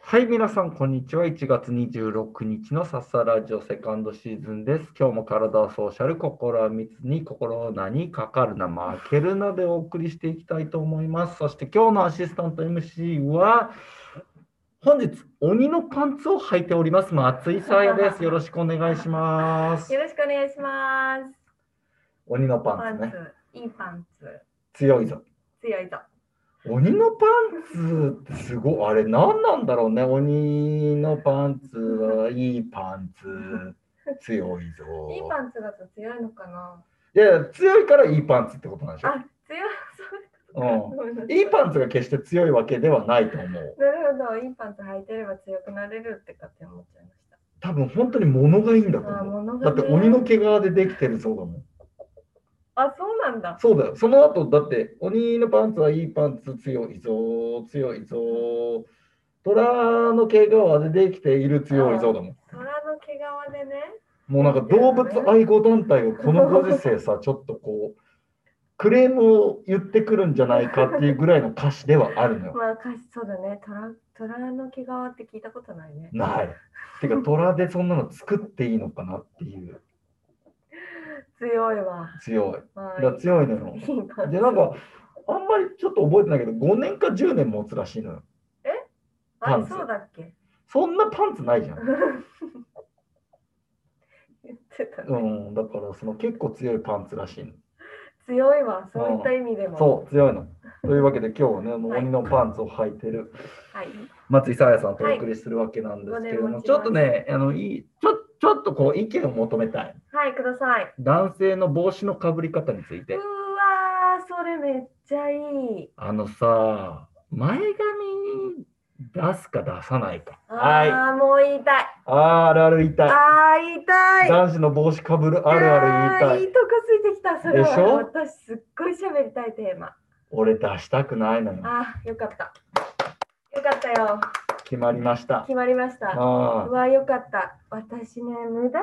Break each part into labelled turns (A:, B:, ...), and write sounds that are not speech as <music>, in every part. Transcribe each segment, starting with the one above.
A: はい、皆さん、こんにちは。1月26日のさっさラジオセカンドシーズンです。今日も体はソーシャル、心は密に、心は何かかるな、負けるなでお送りしていきたいと思います。そして今日のアシスタント MC は、本日、鬼のパンツを履いております、松井さやです。よろしくお願いします
B: よ。ろしくお願いします。
A: 鬼の
B: パ
A: パン
B: ン
A: ツね、
B: ツ、いいパンツ、
A: 強いぞ。
B: 強いぞ。
A: 鬼のパンツってすごい、あれ何なんだろうね。鬼のパンツはいいパンツ、強いぞ。
B: いいパンツだと強いのかな。
A: いやいや強いからいいパンツってことなんでしょ
B: あ、強
A: <laughs> う
B: い。そう。
A: ん。いいパンツが決して強いわけではないと思う。
B: なるほど、いいパンツ履いてれば強くなれるってかって思っちゃいまし
A: 多分本当に物がいいんだと
B: た。あ、
A: 思う。
B: 物
A: だ
B: が、
A: っ
B: ね。
A: て鬼の毛皮でできてるそうだもん。
B: あ、そうなんだ。
A: そうだよ。その後だって鬼のパンツはいいパンツ強いぞ強いぞ虎の毛皮でできている強いぞだもん。
B: 虎の毛皮でね。
A: もうなんか動物愛護団体がこのご時世さ、ちょっとこう、クレームを言ってくるんじゃないかっていうぐらいの歌詞ではあるのよ。
B: まあ、かし、そうだね。虎、虎の毛皮って聞いたことないね。
A: ない。てか、虎でそんなの作っていいのかなっていう、
B: 強いわ。
A: 強い。だ
B: まあ、
A: から強いのよ
B: い。いパンツ
A: で、なんか、あんまりちょっと覚えてないけど、5年か10年持つらしいのよ。パ
B: あ
A: ン、ツ
B: そうだっ
A: <laughs>
B: け。
A: そんなパンツないじゃん。
B: 言ってたね。
A: うん、だからその結構強いパンツらしいの。
B: 強いわ。そういった意味でも。
A: そう、強いの。というわけで今日はね、もう
B: はい
A: 鬼のパンツを履いてる
B: はい。
A: 松井さやさんとお送りするわけなんですけれども、
B: はい
A: ちょっとねあのいいちょちょっとこう意見を求めたい
B: はい、ください。
A: 男性の帽子のかぶり方について、
B: うわーそれめっちゃいい。
A: あのさ前髪出すか出さないかはいあ
B: ああ、もう言いたい。
A: ーあるある言いたい
B: ああ、言いたい。
A: 男子の帽子かぶるあるある言いたい
B: ーいとこついてきた。それ
A: でしょ
B: は私すっごい喋りたいテーマ。
A: 俺出したくないのよ
B: ああ、よかった。よかったよ。
A: 決まりました
B: 決まりました。
A: あ
B: うわーよかった。私ね、無駄な装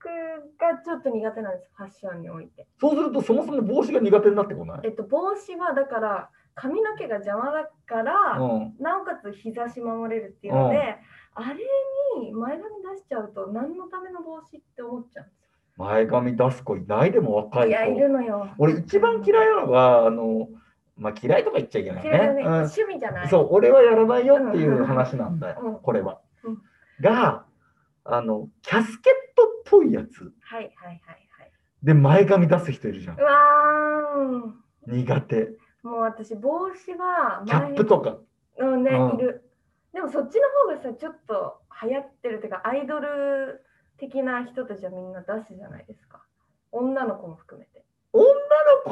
B: 飾がちょっと苦手なんです。ファッションにおいて。
A: そうするとそもそも帽子が苦手になってこない
B: えっと、帽子はだから髪の毛が邪魔だから、
A: うん
B: なおかつ日差し守れるっていうので、あれに前髪出しちゃうと何のための帽子って思っちゃうんですよ。
A: 前髪出す子いないでも若
B: い、
A: い
B: や、い
A: 子
B: るのよ。
A: 俺一番嫌いなのはあのまあ嫌いとか言っちゃいけないね
B: 嫌いだね、
A: うん、
B: 趣味じゃない。
A: そう、俺はやらないよっていう話なんだよ、
B: うん
A: これは。
B: うん
A: が、あの、キャスケットっぽいやつ
B: はいはいはいはい。
A: で前髪出す人いるじゃん
B: う。わーん。
A: 苦手。
B: もう私帽子は
A: キャップとか。
B: 前うんね、
A: うん
B: いる。でもそっちの方がさ、ちょっと流行ってるっていうか、アイドル的な人たちはみんな出すじゃないですか。女の子も含めて。
A: 女の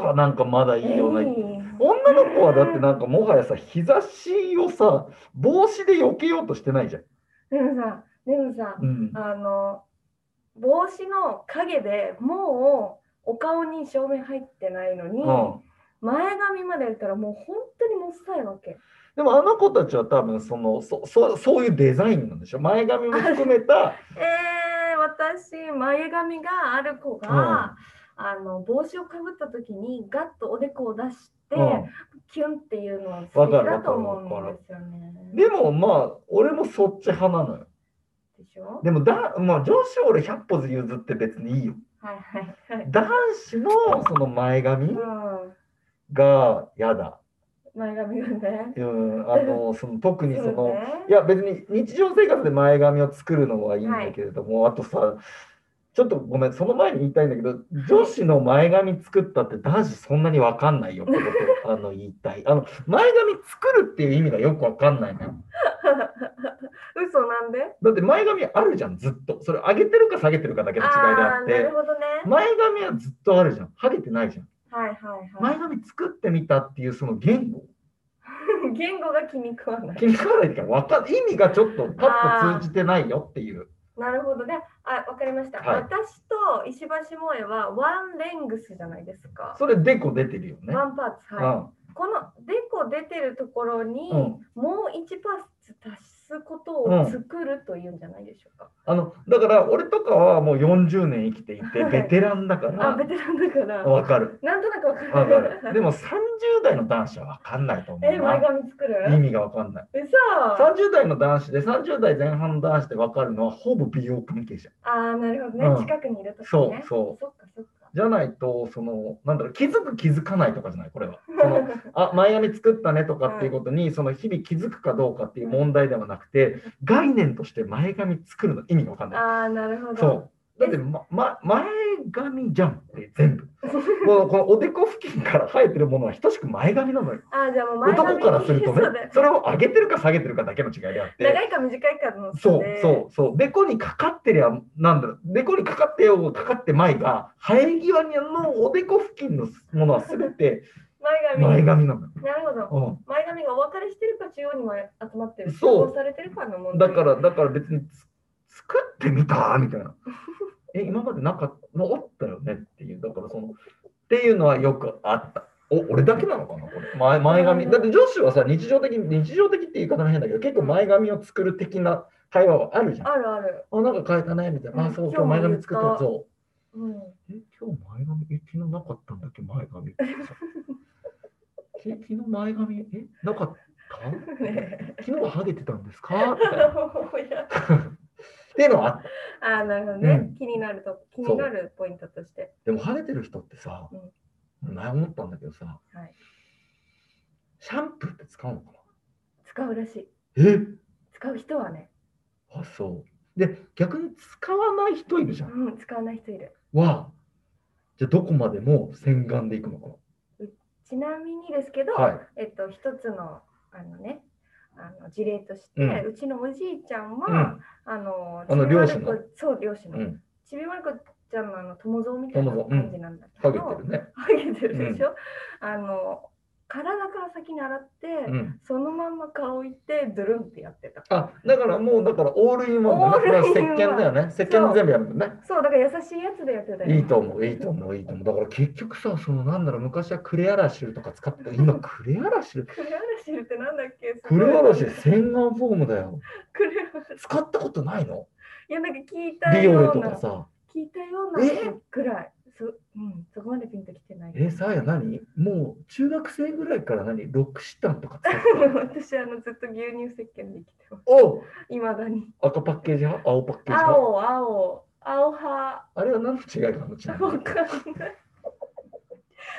A: 子はなんかまだいいよね。
B: いい
A: 女の子はだってなんかもはやさ、日差しをさ、帽子で避けようとしてないじゃん。
B: でもさ、でもさ、
A: うん。
B: あの帽子の影でもうお顔に照明入ってないのに、
A: うん
B: 前髪までやったらもう本当にもったいわけ。
A: でもあの子たちは多分そのそそそういうデザインなんでしょ前髪も含めた、
B: えー、私前髪がある子が、あの帽子をかぶった時にガッとおでこを出して、
A: うん、
B: キュンっていうのは素敵だと思うんですよね。
A: でもまあ俺もそっち派なのよ
B: でしょ
A: でもだ、まあ、女子は俺100歩譲って別にいいよ。
B: はいはいはい。
A: 男子のその前髪
B: うん
A: が嫌だ。
B: 前髪がね。
A: うん、あのその特 <laughs> にそ
B: そう
A: の、
B: ね
A: いや別に日常生活で前髪を作るのはいいんだけれども、あとさ、ちょっとごめん、その前に言いたいんだけど、女子の前髪作ったって男子そんなにわかんないよってことを
B: <laughs>
A: あの言いたい。あの前髪作るっていう意味がよくわかんないのよ。
B: 嘘なんで
A: だって前髪あるじゃん、ずっと。それ上げてるか下げてるかだけの違いであ
B: あー
A: っ
B: な
A: て
B: る。ほどね。
A: 前髪はずっとあるじゃん。ハゲてないじゃん。
B: はいはいは
A: 前髪作ってみたっていうその言語。
B: い。言語が気に食わ
A: <laughs>
B: ない。
A: 気に食わないからわかん意味がちょっとパッと通じてないよっていう。
B: なるほどね。あ、わかりました。
A: はい
B: 私と石橋萌えはワンレングスじゃないですか。
A: それでこ出てるよね。
B: ワンパーツ、はい。このデコ出てるところに、
A: うん。うん。
B: もう一パーツ足すすことを作るというんじゃないでしょうか。
A: あのだから俺とかはもう40年生きていて
B: はい
A: ベテランだから
B: あ、ベテランだから。
A: わかる
B: なんとなくわかる。
A: わかるでも30代の男子はわかんないと思
B: え、
A: う
B: 前
A: な
B: 髪作
A: 意
B: る
A: 味がわかんない
B: 嘘
A: 30代の男子で30代前半の男子でわかるのはほぼ美容関係者
B: あー、なるほどね。
A: うん
B: 近くにいると
A: そ
B: かね
A: う。そう
B: そっかそっか。
A: じゃないとそのなんだろう気づく気づかないとかじゃないこれはそのあ前髪作ったねとかっていうことに、その日々気づくかどうかっていう問題ではなくて、概念として前髪作るの意味がわかんない。
B: <laughs> あー、なるほど。
A: そうだって、まま、前髪じゃんって全部このこのおでこ付近から生えてるものは等しく前髪なのよ
B: あー、じゃあもう前髪
A: 男からするとね
B: そうだよ
A: それを上げてるか下げてるかだけの違いであって
B: 長いか短いかの
A: そ
B: 差
A: う
B: で。
A: そうそうでこにかかってりゃなんだろうでこにかかってようがかかってまいが生え際のおでこ付近のものは全て
B: 前髪。
A: 前髪なのよ、
B: なるほど。
A: うん、
B: 前髪がお別れしてるか中央にま集まってる。
A: そう
B: 集合されてるかの問題。
A: だから、だから別につ作ってみたみたい <laughs> な。え、今までなかったのあったよねっていう、だからその、っていうのはよくあった。お俺だけなのかな、これ。前前髪。だって女子はさ、日常的に、日常的って言い方も変だけど、結構前髪を作る的な会話はあるじゃん。
B: あるある。
A: あ、なんか変えたねみたいな。あ、そう、今日前髪作ったやつを。
B: うん。 <laughs>
A: え、今日前髪、え、昨日なかったんだっけ、前髪ってさ。き <laughs> 昨日前髪、え、なか <laughs> った
B: ね
A: 昨日はハゲてたんですかみたいな。っ
B: え。
A: ていうのはあった。
B: あーなるほどね、
A: うん
B: 気になると気
A: そう
B: になるポイントとして
A: でも晴れてる人ってさ、前思ったんだけどさ、
B: はい
A: シャンプーって使うのか
B: 使うらしい
A: なえ
B: 使う人はね、
A: あそうで逆に使わない人いるじゃん
B: うん、使わない人いる
A: はじゃあどこまでも洗顔でいくのか
B: ちなみにですけど、
A: なはい
B: えっと一つのあのねあの事例として、
A: う
B: うんちのおじいちゃんは、
A: うん
B: あの
A: あの
B: ちびま
A: 漁
B: る子
A: 師の
B: そう漁師の、
A: うん
B: ちびまる子ちゃんのあの友蔵みたいな
A: 友蔵うん
B: 感じなんだけ
A: ハ
B: ど、
A: ゲてるね
B: ハゲてるでしょ、あの体から先に洗って、
A: うん
B: そのまんま顔いってドゥルンってやってた
A: あだからもうだからオールインワンだね
B: オールインワン
A: これは石鹸だよね石鹸全部やるもんね
B: そうだから優しいやつでやってたよ
A: いいと思ういいと思ういいと思うだから結局さそのなんだろう昔はクレアラシルとか使ってた今クレアラシル
B: クレアラシルってなんだっけ
A: クレアラシ
B: ル
A: ル洗顔フォームだよ
B: クレアラシル
A: 使ったことないの
B: いやなんか聞いた
A: ビオレ
B: よう
A: と
B: な
A: かさ
B: 聞いたようなぐらいそ,、うん、そこまでピンときてない
A: えさあや何もう中学生ぐらいから何ロックシタンとか使って
B: <laughs>
A: た
B: 私あのずっと牛乳石鹸で生きてます
A: お
B: いまだに
A: 赤パッケージ派青パッケージ派
B: 青青青派
A: あれは何の違いかのちなみ
B: わか
A: に
B: んない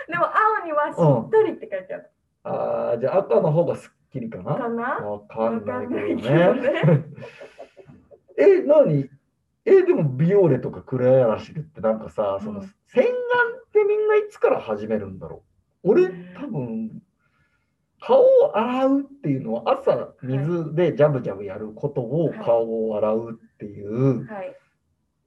B: でも青にはしっとりって書いてある
A: あーじゃあ赤の方がすっきりかな
B: かな
A: わかんないけど
B: わかん
A: ねえ何えでもビオレとかクレアラシルってなんかさその、
B: うん
A: 洗顔ってみんないつから始めるんだろう俺多分顔を洗うっていうのは朝水でジャブジャブやることを
B: はい
A: 顔を洗うっていう
B: はい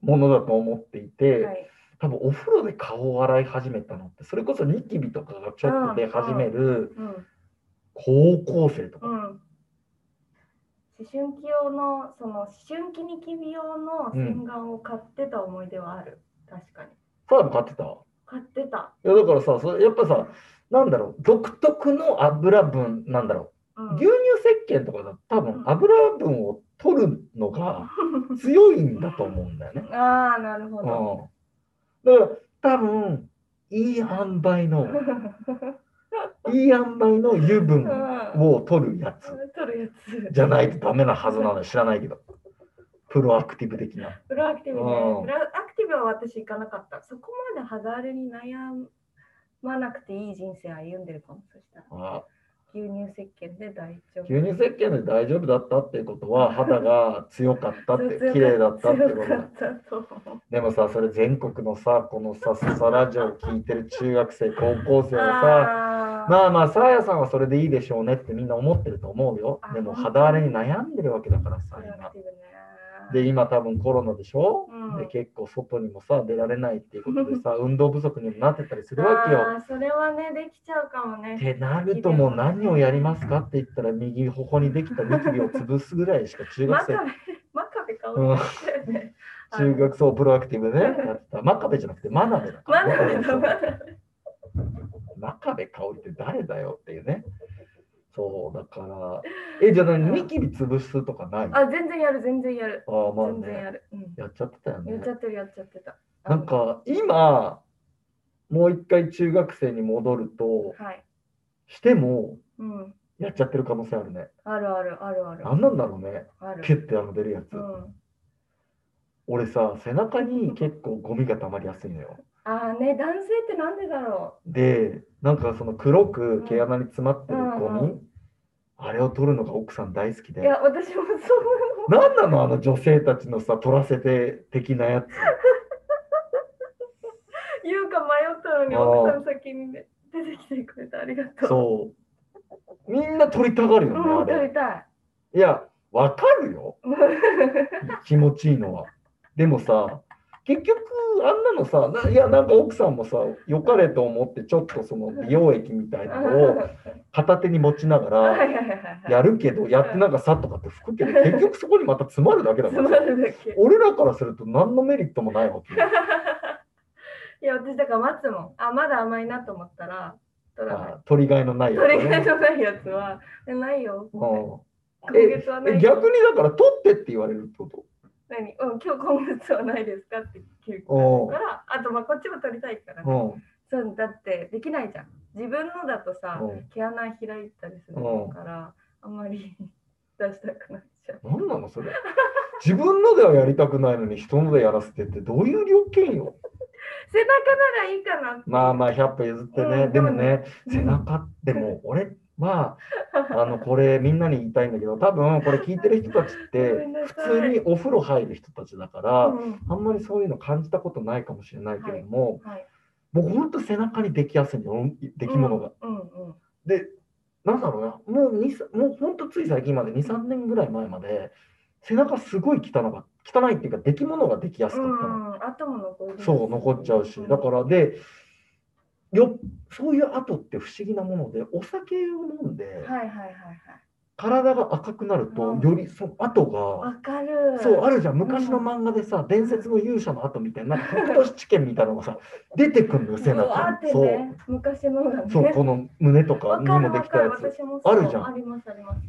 A: ものだと思っていて、
B: はい
A: 多分お風呂で顔を洗い始めたのってそれこそニキビとかがちょっと出始める
B: うん
A: 高校生と
B: う
A: か、
B: ん思春期用のその思春期ニキビ用の洗顔を買ってた思い出はある、確かに
A: そういうの買ってたい
B: 買ってた、
A: やだからさそれやっぱさなんだろう独特の油分なんだろ
B: う、
A: うん牛乳石鹸とかだと多分
B: うん
A: 油分を取るの
B: <laughs>
A: が強いんだと思うんだよね。
B: ああなるほど。
A: うん、だから多分いい塩梅
B: <laughs>
A: のいい塩梅の油分を取るやつ
B: 取るやつ。
A: じゃないとダメなはずなのよ知らないけどプロアクティブ的な
B: プロアクティブね
A: うん。
B: プロアクティブは私行かなかった。そこまでハザールに悩まなくていい人生歩んでるかもそしたら。
A: あ
B: 牛乳石鹸で大丈夫。
A: 牛乳石鹸で大丈夫だったっていうこと
B: <laughs>
A: は肌が強かったって
B: 強か
A: 綺麗だったってこ
B: 強
A: と
B: か
A: だ
B: ったと思う。
A: でもさそれ全国のさこのさささラジオを聞いてる中学生高校生はさ
B: あー
A: まあまあ、さあやさんはそれでいいでしょうねってみんな思ってると思うよ
B: あ。
A: でも
B: 本当
A: 肌荒れに悩んでるわけだから
B: プ
A: さ、
B: ロア
A: 今
B: ク。ティブね。
A: で、今多分コロナでしょ、
B: うん
A: で、結構外にもさ、出られないっていうことでさ、運動不足にもなってたりするわけよ。
B: あーそれはね、できちゃうかも
A: っ
B: ね。
A: てなるともう何をやりますかって言ったら右頬にできたニキビを潰すぐらいしか中
B: 真
A: 学生
B: 壁、真壁顔してるね。あ
A: 中学生プロアクティブねやってた真壁じゃなくて真鍋だから
B: <laughs> 真
A: ね
B: 壁の真
A: 真壁香織って誰だよっていうね。そう、だから、え、じゃあ何、ニキビ潰すとかないあ
B: <laughs> あ、全然やる、全然やる。
A: あ、まあ
B: 全然や
A: ね。
B: る。うん。
A: やっちゃってたよね
B: やっち。ゃってる、やっちゃってた。あ
A: な
B: の
A: ん、か、今、もう一回中学生に戻ると、
B: はい。
A: しても、
B: うん。
A: やっちゃってる可能性あるね。
B: あるある、あるある。
A: なんなんだろうね。
B: あ
A: キュ
B: る。
A: ッてあの出るやつ
B: う。ん。
A: 俺さ、背中に結構ゴミが溜まりやすいのよ。
B: ああね、男性ってなんでだろ
A: で、なんかその黒く毛穴に詰まってるゴ
B: うんう
A: ミ、あれを取るのが奥さん大好き
B: う。
A: で
B: い。や、私もそう
A: なんなのあの女性たちのさ、取らせて的なやつ。
B: 言うか迷ったのに、
A: あー
B: 奥さん先にね出てきてくれてありがとう。
A: そう。みんな取りたがるよね、
B: うん、
A: あ
B: 取
A: れ。
B: りたい。
A: いや、わかるよ。気持ちいいのは。でもさ、結局、あんなのさ、ないや、なんか奥さんもさ、良かれと思って、ちょっとその美容液みたいなのを片手に持ちなが
B: はい
A: ら
B: はいはいはい。
A: やるけど、やってなんかさとかって拭くけど、結局そこにまた詰まるだけ
B: <laughs>
A: だか
B: つ
A: ら
B: ま
A: さ。
B: るだけ。
A: 俺らからすると何のメリットもないわけ <laughs> よ。
B: いや、私だから待つもん。あ、まだ甘いなと思ったら、取らない。
A: あ取り替えのないやつ
B: 取り替え
A: ね。
B: のないやつは、えないよ。
A: う
B: 今
A: ん
B: 月はな
A: え
B: い。
A: 逆にだから取ってって言われるってこと
B: 何うん、今日今月はないですかって聞く
A: お
B: から、あとまあこっちも取りたいから
A: う
B: ね。
A: ん
B: そうだってできないじゃん。自分のだとさ、
A: うん
B: 毛穴開いたりするから、あんまり <laughs> 出したくなっちゃう。
A: 何なのそれ自分のではやりたくないのに人のでやらせてってどういう料件よ
B: 背中ならいいかなって。
A: まあまあ100歩譲ってね、
B: うん
A: でもね
B: うん
A: 背中でも俺はあのこれみんなに言いたいんだけど多分これ聞いてる人たちって
B: <laughs> ごめんなさい
A: 普通にお風呂入る人たちだから、
B: うん
A: あんまりそういうの感じたことないかもしれないけれども、
B: はい。
A: もうほんと背中にできやすいの出来物が。
B: うんうん。
A: で、なんだろうな、もう2、3もう本当つい最近まで2、3年ぐらい前まで、背中すごい汚か汚いっていうか、出来物ができやす
B: う
A: かったの。
B: んうん。後も残る。
A: そう、残っちゃうし。
B: ん
A: だから、で、よそういう後って不思議なもので、お酒を飲んで、
B: はいはいはいはい。
A: 体が赤くなると、
B: うん
A: よりその後が、
B: わかる。
A: そう、あるじゃん、昔の漫画でさ、伝説の勇者の後みたいな、北斗七剣みたいなのがさ、 <laughs> 出てくるのよ、背
B: うわー
A: 中に。
B: って
A: そう
B: ね、昔のがね。
A: そう、この胸とか
B: わ
A: に
B: か
A: も
B: る
A: で
B: わ
A: きた
B: か
A: や
B: る。
A: つ。
B: 私もそう
A: あるじゃん
B: ありますあります。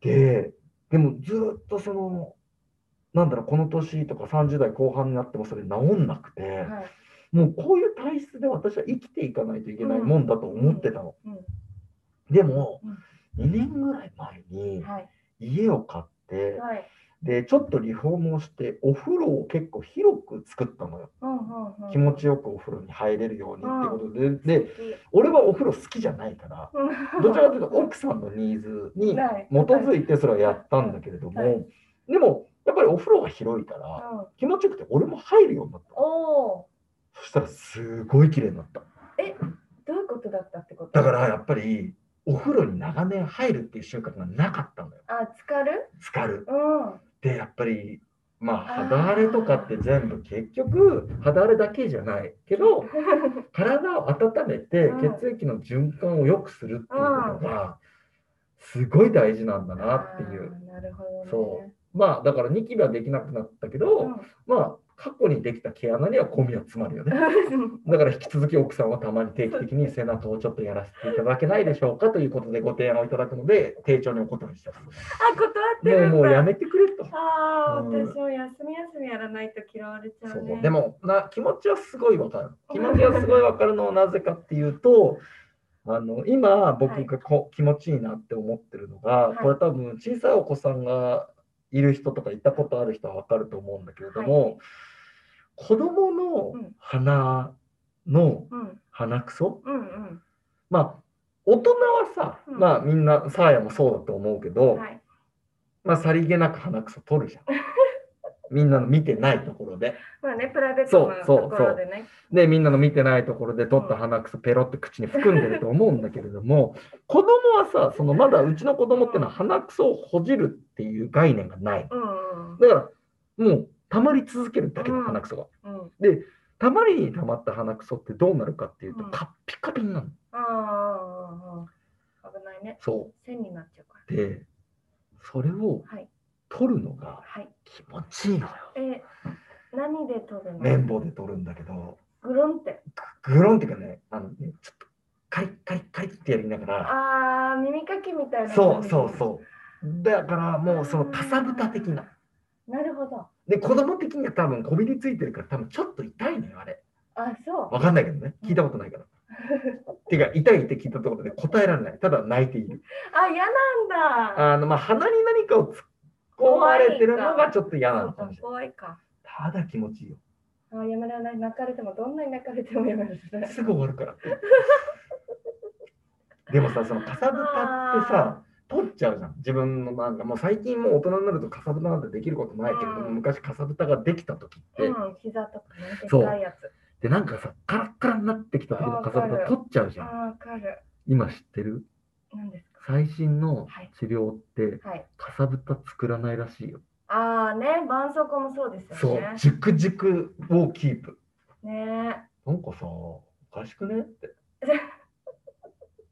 A: で、でもずーっとその、なんだろう、この年とか30代後半になってもそれ治んなくて、
B: はい。
A: もうこういう体質で私は生きていかないといけないもんだと思ってたの。
B: う
A: でも
B: うん、
A: 2年ぐらい前に
B: ん。はい。
A: 家を買って、
B: はい。
A: で、ちょっとリフォームをして、お風呂を結構広く作ったのよ。
B: うんうんうん。
A: 気持ちよくお風呂に入れるようにってことで、で、
B: ちいい。
A: 俺はお風呂好きじゃないから、どちらかというと奥さんのニーズに基づいてそれをやったんだけれども、
B: はい
A: でもやっぱりお風呂が広いから
B: うん
A: 気持ちよくて俺も入るようになった
B: おお、
A: そしたらすごい綺麗になった
B: どういうことだったってこと
A: だからやっぱりお風呂に長年入るっていう習慣がなかったのよ
B: あ、浸かる
A: 浸かる
B: うん。は
A: でやっぱりまあ
B: あー
A: 肌荒れとかって全部結局肌荒れだけじゃないけ
B: <laughs>
A: ど体を温めて
B: うん
A: 血液の循環を良くするっていうことがすごい大事なんだなっていう。
B: なるほどね。
A: そうまあだからニキビはできなくなったけ
B: <laughs>
A: ど、まあ過去にできた毛穴にはゴミは詰まるよね。
B: うん。
A: だから引き続き奥さんはたまに定期的に背中をちょっとやらせていただけないでしょうかということでご提案をいただくので、丁重にお答えしたます。
B: あ、断って
A: もう
B: るんだ。
A: もうやめてくれと。
B: ああ、
A: うん
B: 私も休み休みやらないと嫌われちゃ
A: そう
B: ね。
A: うでもな気持ちはすごいわかる。気持ちはすごいわかるのはなぜかっていうと、あの今僕がこ、気持ちいいなって思ってるのが、
B: はい
A: これ多分小さいお子さんがいる人とかいたことある人はわかると思うんだけれども、子供の
B: うん
A: 鼻の
B: うん、
A: 鼻くそ、
B: うん、
A: まあ大人はさ、
B: うん
A: まあみんなサーヤもそうだと思うけ
B: う
A: ど、
B: ん。はい。
A: まあさりげなく鼻くそ取るじゃん。 <laughs> みんなの見てないところで。
B: まあね、プライベートのところでね。
A: でみんなの見てないところで取った鼻くそペロって口に含んでると思うんだけれども <laughs> 子供はさそのまだうちの子供っていうのは鼻くそをほじるっていう概念がない
B: うん、うん
A: だからもうたまり続けるだけ
B: う
A: の
B: ん
A: 鼻くそが
B: うん。
A: たまりにたまった鼻くそってどうなるかっていうと
B: うん
A: カッピカピになるの
B: ああ、危ないね。
A: そ
B: 線になっちゃうから。
A: うでそれを
B: はい。
A: 取るのが
B: はい。
A: 気持ちいいのよ
B: え、何で取るの
A: 綿棒で取るんだけど
B: グロンって。
A: グロンっていうかねあのねちょっとカリッカリッカリッってやりながら、
B: あー耳かきみたいな
A: そうそうそう。だからもうそのかさぶた的な。
B: うなるほど
A: で、子供的には多分こびりついてるから多分ちょっと痛いのよ、あれ。
B: あそう
A: わかんないけどね。聞いたことないから。ていうか、痛いって聞いたところで答えられない。ただ泣いている。
B: あ嫌なんだ
A: あの、まあ、鼻に何かを突っ込まれてるのがちょっと嫌なのかもしれない。
B: 怖いか
A: ただ気持ちいいよ。
B: あーやめられない泣かれてもどんなに泣かれてもやめられない
A: すぐ終わるから。でもさ、そのかさぶたってさ、取っちゃうじゃん。自分のなんか、もう最近もう大人になるとかさぶたなんてできることないけれども、
B: うん
A: 昔かさぶたができた時って、
B: うん膝とかねで
A: そう
B: かいやつ
A: で、なんかさ、カラッカラになってきた時のかさぶ
B: わか
A: た
B: る
A: 取っちゃうじ
B: あ
A: ゃん。
B: ーわかる
A: 今知ってる
B: なんですか
A: 最新の
B: はい
A: 治療って、
B: はい
A: かさぶた作らないらしいよ。
B: ああね絆創膏もそうです
A: そ
B: よ
A: う
B: ね、
A: 熟熟をキープ。
B: ね
A: なんかさ、おかしくね
B: <laughs>
A: って。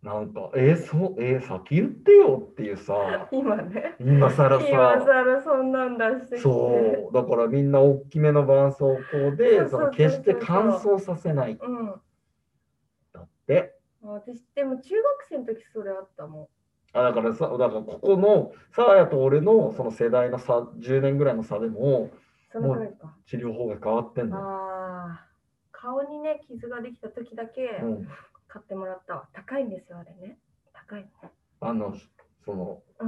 A: なんか、えーそう、えー先言ってよっていうさ、
B: 今ね
A: 今更
B: 今
A: さ、
B: 更そんなん出してきて
A: そう、だからみんな大きめの絆創膏で、そ
B: そうそうそうそう
A: の決して乾燥させないん
B: うん
A: だって。
B: 私でも中学生の時それあったもん
A: あだからさ、だからここの、さあやと俺のその世代の差、10年ぐらいの差でも
B: そのくらいか
A: 治療法が変わってんだよ。
B: ああ顔にね傷ができた時だけ
A: うん、
B: 買ってもらったわ高いんですよあれね高いね
A: あの、その、
B: う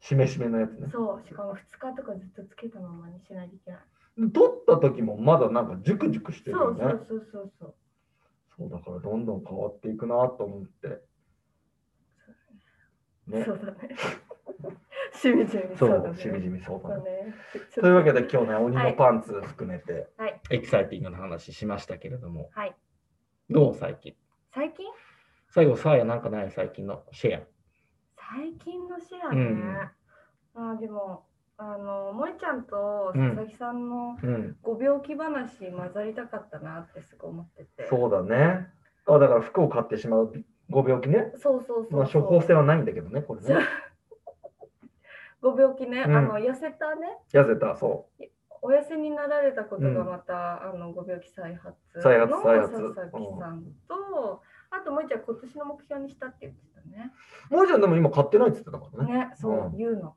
A: しめしめのやつね
B: ん。そうしかも2日とかずっとつけたままにしないといけない
A: 取った時もまだなんかジュクジュクしてる
B: そ
A: よ
B: う
A: ね。
B: そうそうそうそう
A: そうだからどんどん変わっていくなと思って。ね
B: そ。うだね <laughs> しみじみ
A: そ
B: だ
A: う、
B: ね
A: しみじみそう
B: そ
A: だ
B: う
A: ね。
B: ねちょっ
A: というわけで今日ね、鬼のパンツ含めて、
B: はい
A: エキサイティングな話しましたけれども、
B: はい
A: どう最近
B: 最近
A: 最後、さあやなんかない最近のシェア。
B: 最近のシェアね、あーでもあの萌ちゃんと佐々木さんの
A: うん、
B: ご病気話混ざりたかったなってすごい思ってて
A: そうだね。あだから服を買ってしまうご病気ね。
B: そうそうそ
A: まあ、
B: う
A: 処
B: そう
A: 方性はないんだけどね、これね。
B: ご病気ね、
A: うん
B: あの痩せたね
A: 痩せた、そ
B: お痩せになられたこと
A: う
B: が
A: ん
B: また、あのご病気再発の
A: 再発再発
B: 佐々木さんと、あと萌ちゃん今年の目標にしたって言って
A: う。もうちゃんでも今買ってないって言ってたか
B: た
A: らね。
B: ねねそう、
A: うん
B: 言うの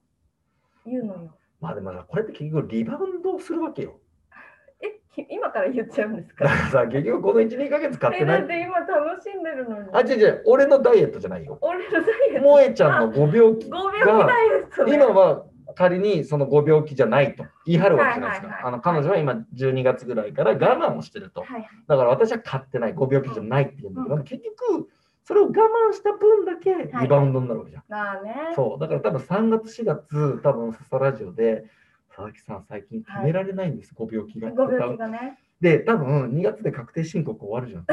B: 言うのよ
A: まあでもさ、これって結局リバウンドするわけよ。
B: えき今から言っちゃうんです
A: だ
B: か
A: から <laughs> さ、結局この1、2ヶ月買っ
B: え
A: てな
B: だ
A: い
B: っ。て今楽しんでるのに
A: あ、違う違う、俺のダイエットじゃないよ。
B: 俺のダイエット
A: 萌えちゃんのご病気
B: ご病気ダイエットね
A: 今は仮にそのご病気じゃないと言い張るわけじゃないです
B: はいはい
A: か。
B: はい
A: あの彼女は今12月ぐらいから我慢をしてると。
B: はいはい
A: だから私は買ってない、ご病気じゃないっていうんだけど、結局それを我慢した分だけ
B: はい
A: リバウンドになるわけじゃん。
B: まあね
A: そうだから多分3月4月多分ササラジオで佐々木さん最近止められないんです、ご病気が。
B: ご病気がね
A: で多分2月で確定申告終わるじゃん。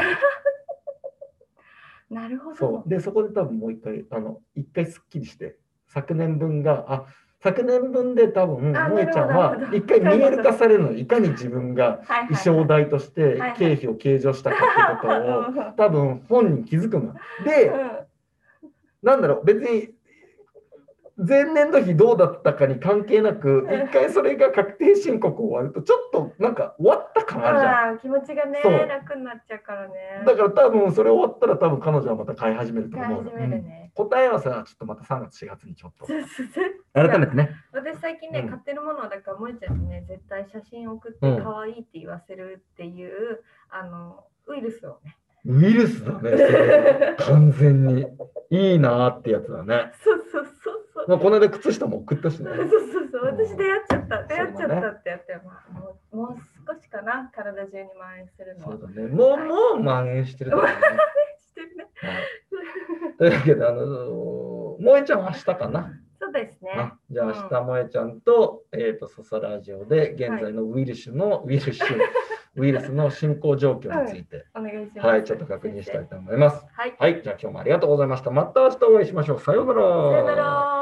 B: なるほど
A: そうでそこで多分もう一回あの一回すっきりして昨年分があ昨年分で多分
B: あ
A: 萌えちゃん
B: な
A: は
B: るほど
A: 一回見える化されるのいかに自分が
B: はいは
A: 衣
B: い
A: 装代として
B: はい
A: 経費を計上したかっていう
B: <laughs>
A: ことを
B: う
A: 多分本人気づくの。で
B: んうん
A: なんだろう別に前年度比どうだったかに関係なく
B: うん
A: 一回それが確定申告終わるとちょっとなんか終わった感あるじゃん。
B: あー気持ちがね
A: そう
B: 楽になっちゃうからね
A: だから多分それ終わったら多分彼女はまた買い始めると
B: 買い
A: 思う
B: 始
A: の。
B: めるね、
A: うん答えはさちょっとまた3月4月にちょっと。
B: 改め
A: てね。
B: 私最近ね、
A: うん
B: 買ってるものはだから萌ちゃんにね絶対写真送って
A: うん
B: 可愛いって言わせるっていう、あのウイルスをね
A: ウイルスだね、そ
B: <laughs>
A: れ完全に。いいなーってやつだね。
B: そうそうそうそう
A: まあ、この間靴下も送ったしね
B: そ。うそうそう
A: うん
B: 私出会っちゃった出会っち
A: そ
B: ゃ
A: うだ
B: っ
A: ね
B: たってやって、まあもうもう少しかな体中に蔓延するの
A: そ
B: は
A: うだね。もう、もう蔓延してるだろうね。
B: してるね
A: はいというわけで、あのー、萌えちゃんは明日かな。
B: そうですね
A: あじゃあ明日萌えちゃんと、えっ、と、ソサラジオで、現在のウイルスの、ウイルス、ウイルスの進行状況について、
B: お願いします
A: はい、ちょっと確認したいと思います。
B: はい
A: はい、じゃあ今日もありがとうございました。また明日お会いしましょう。さようなら。
B: さよなら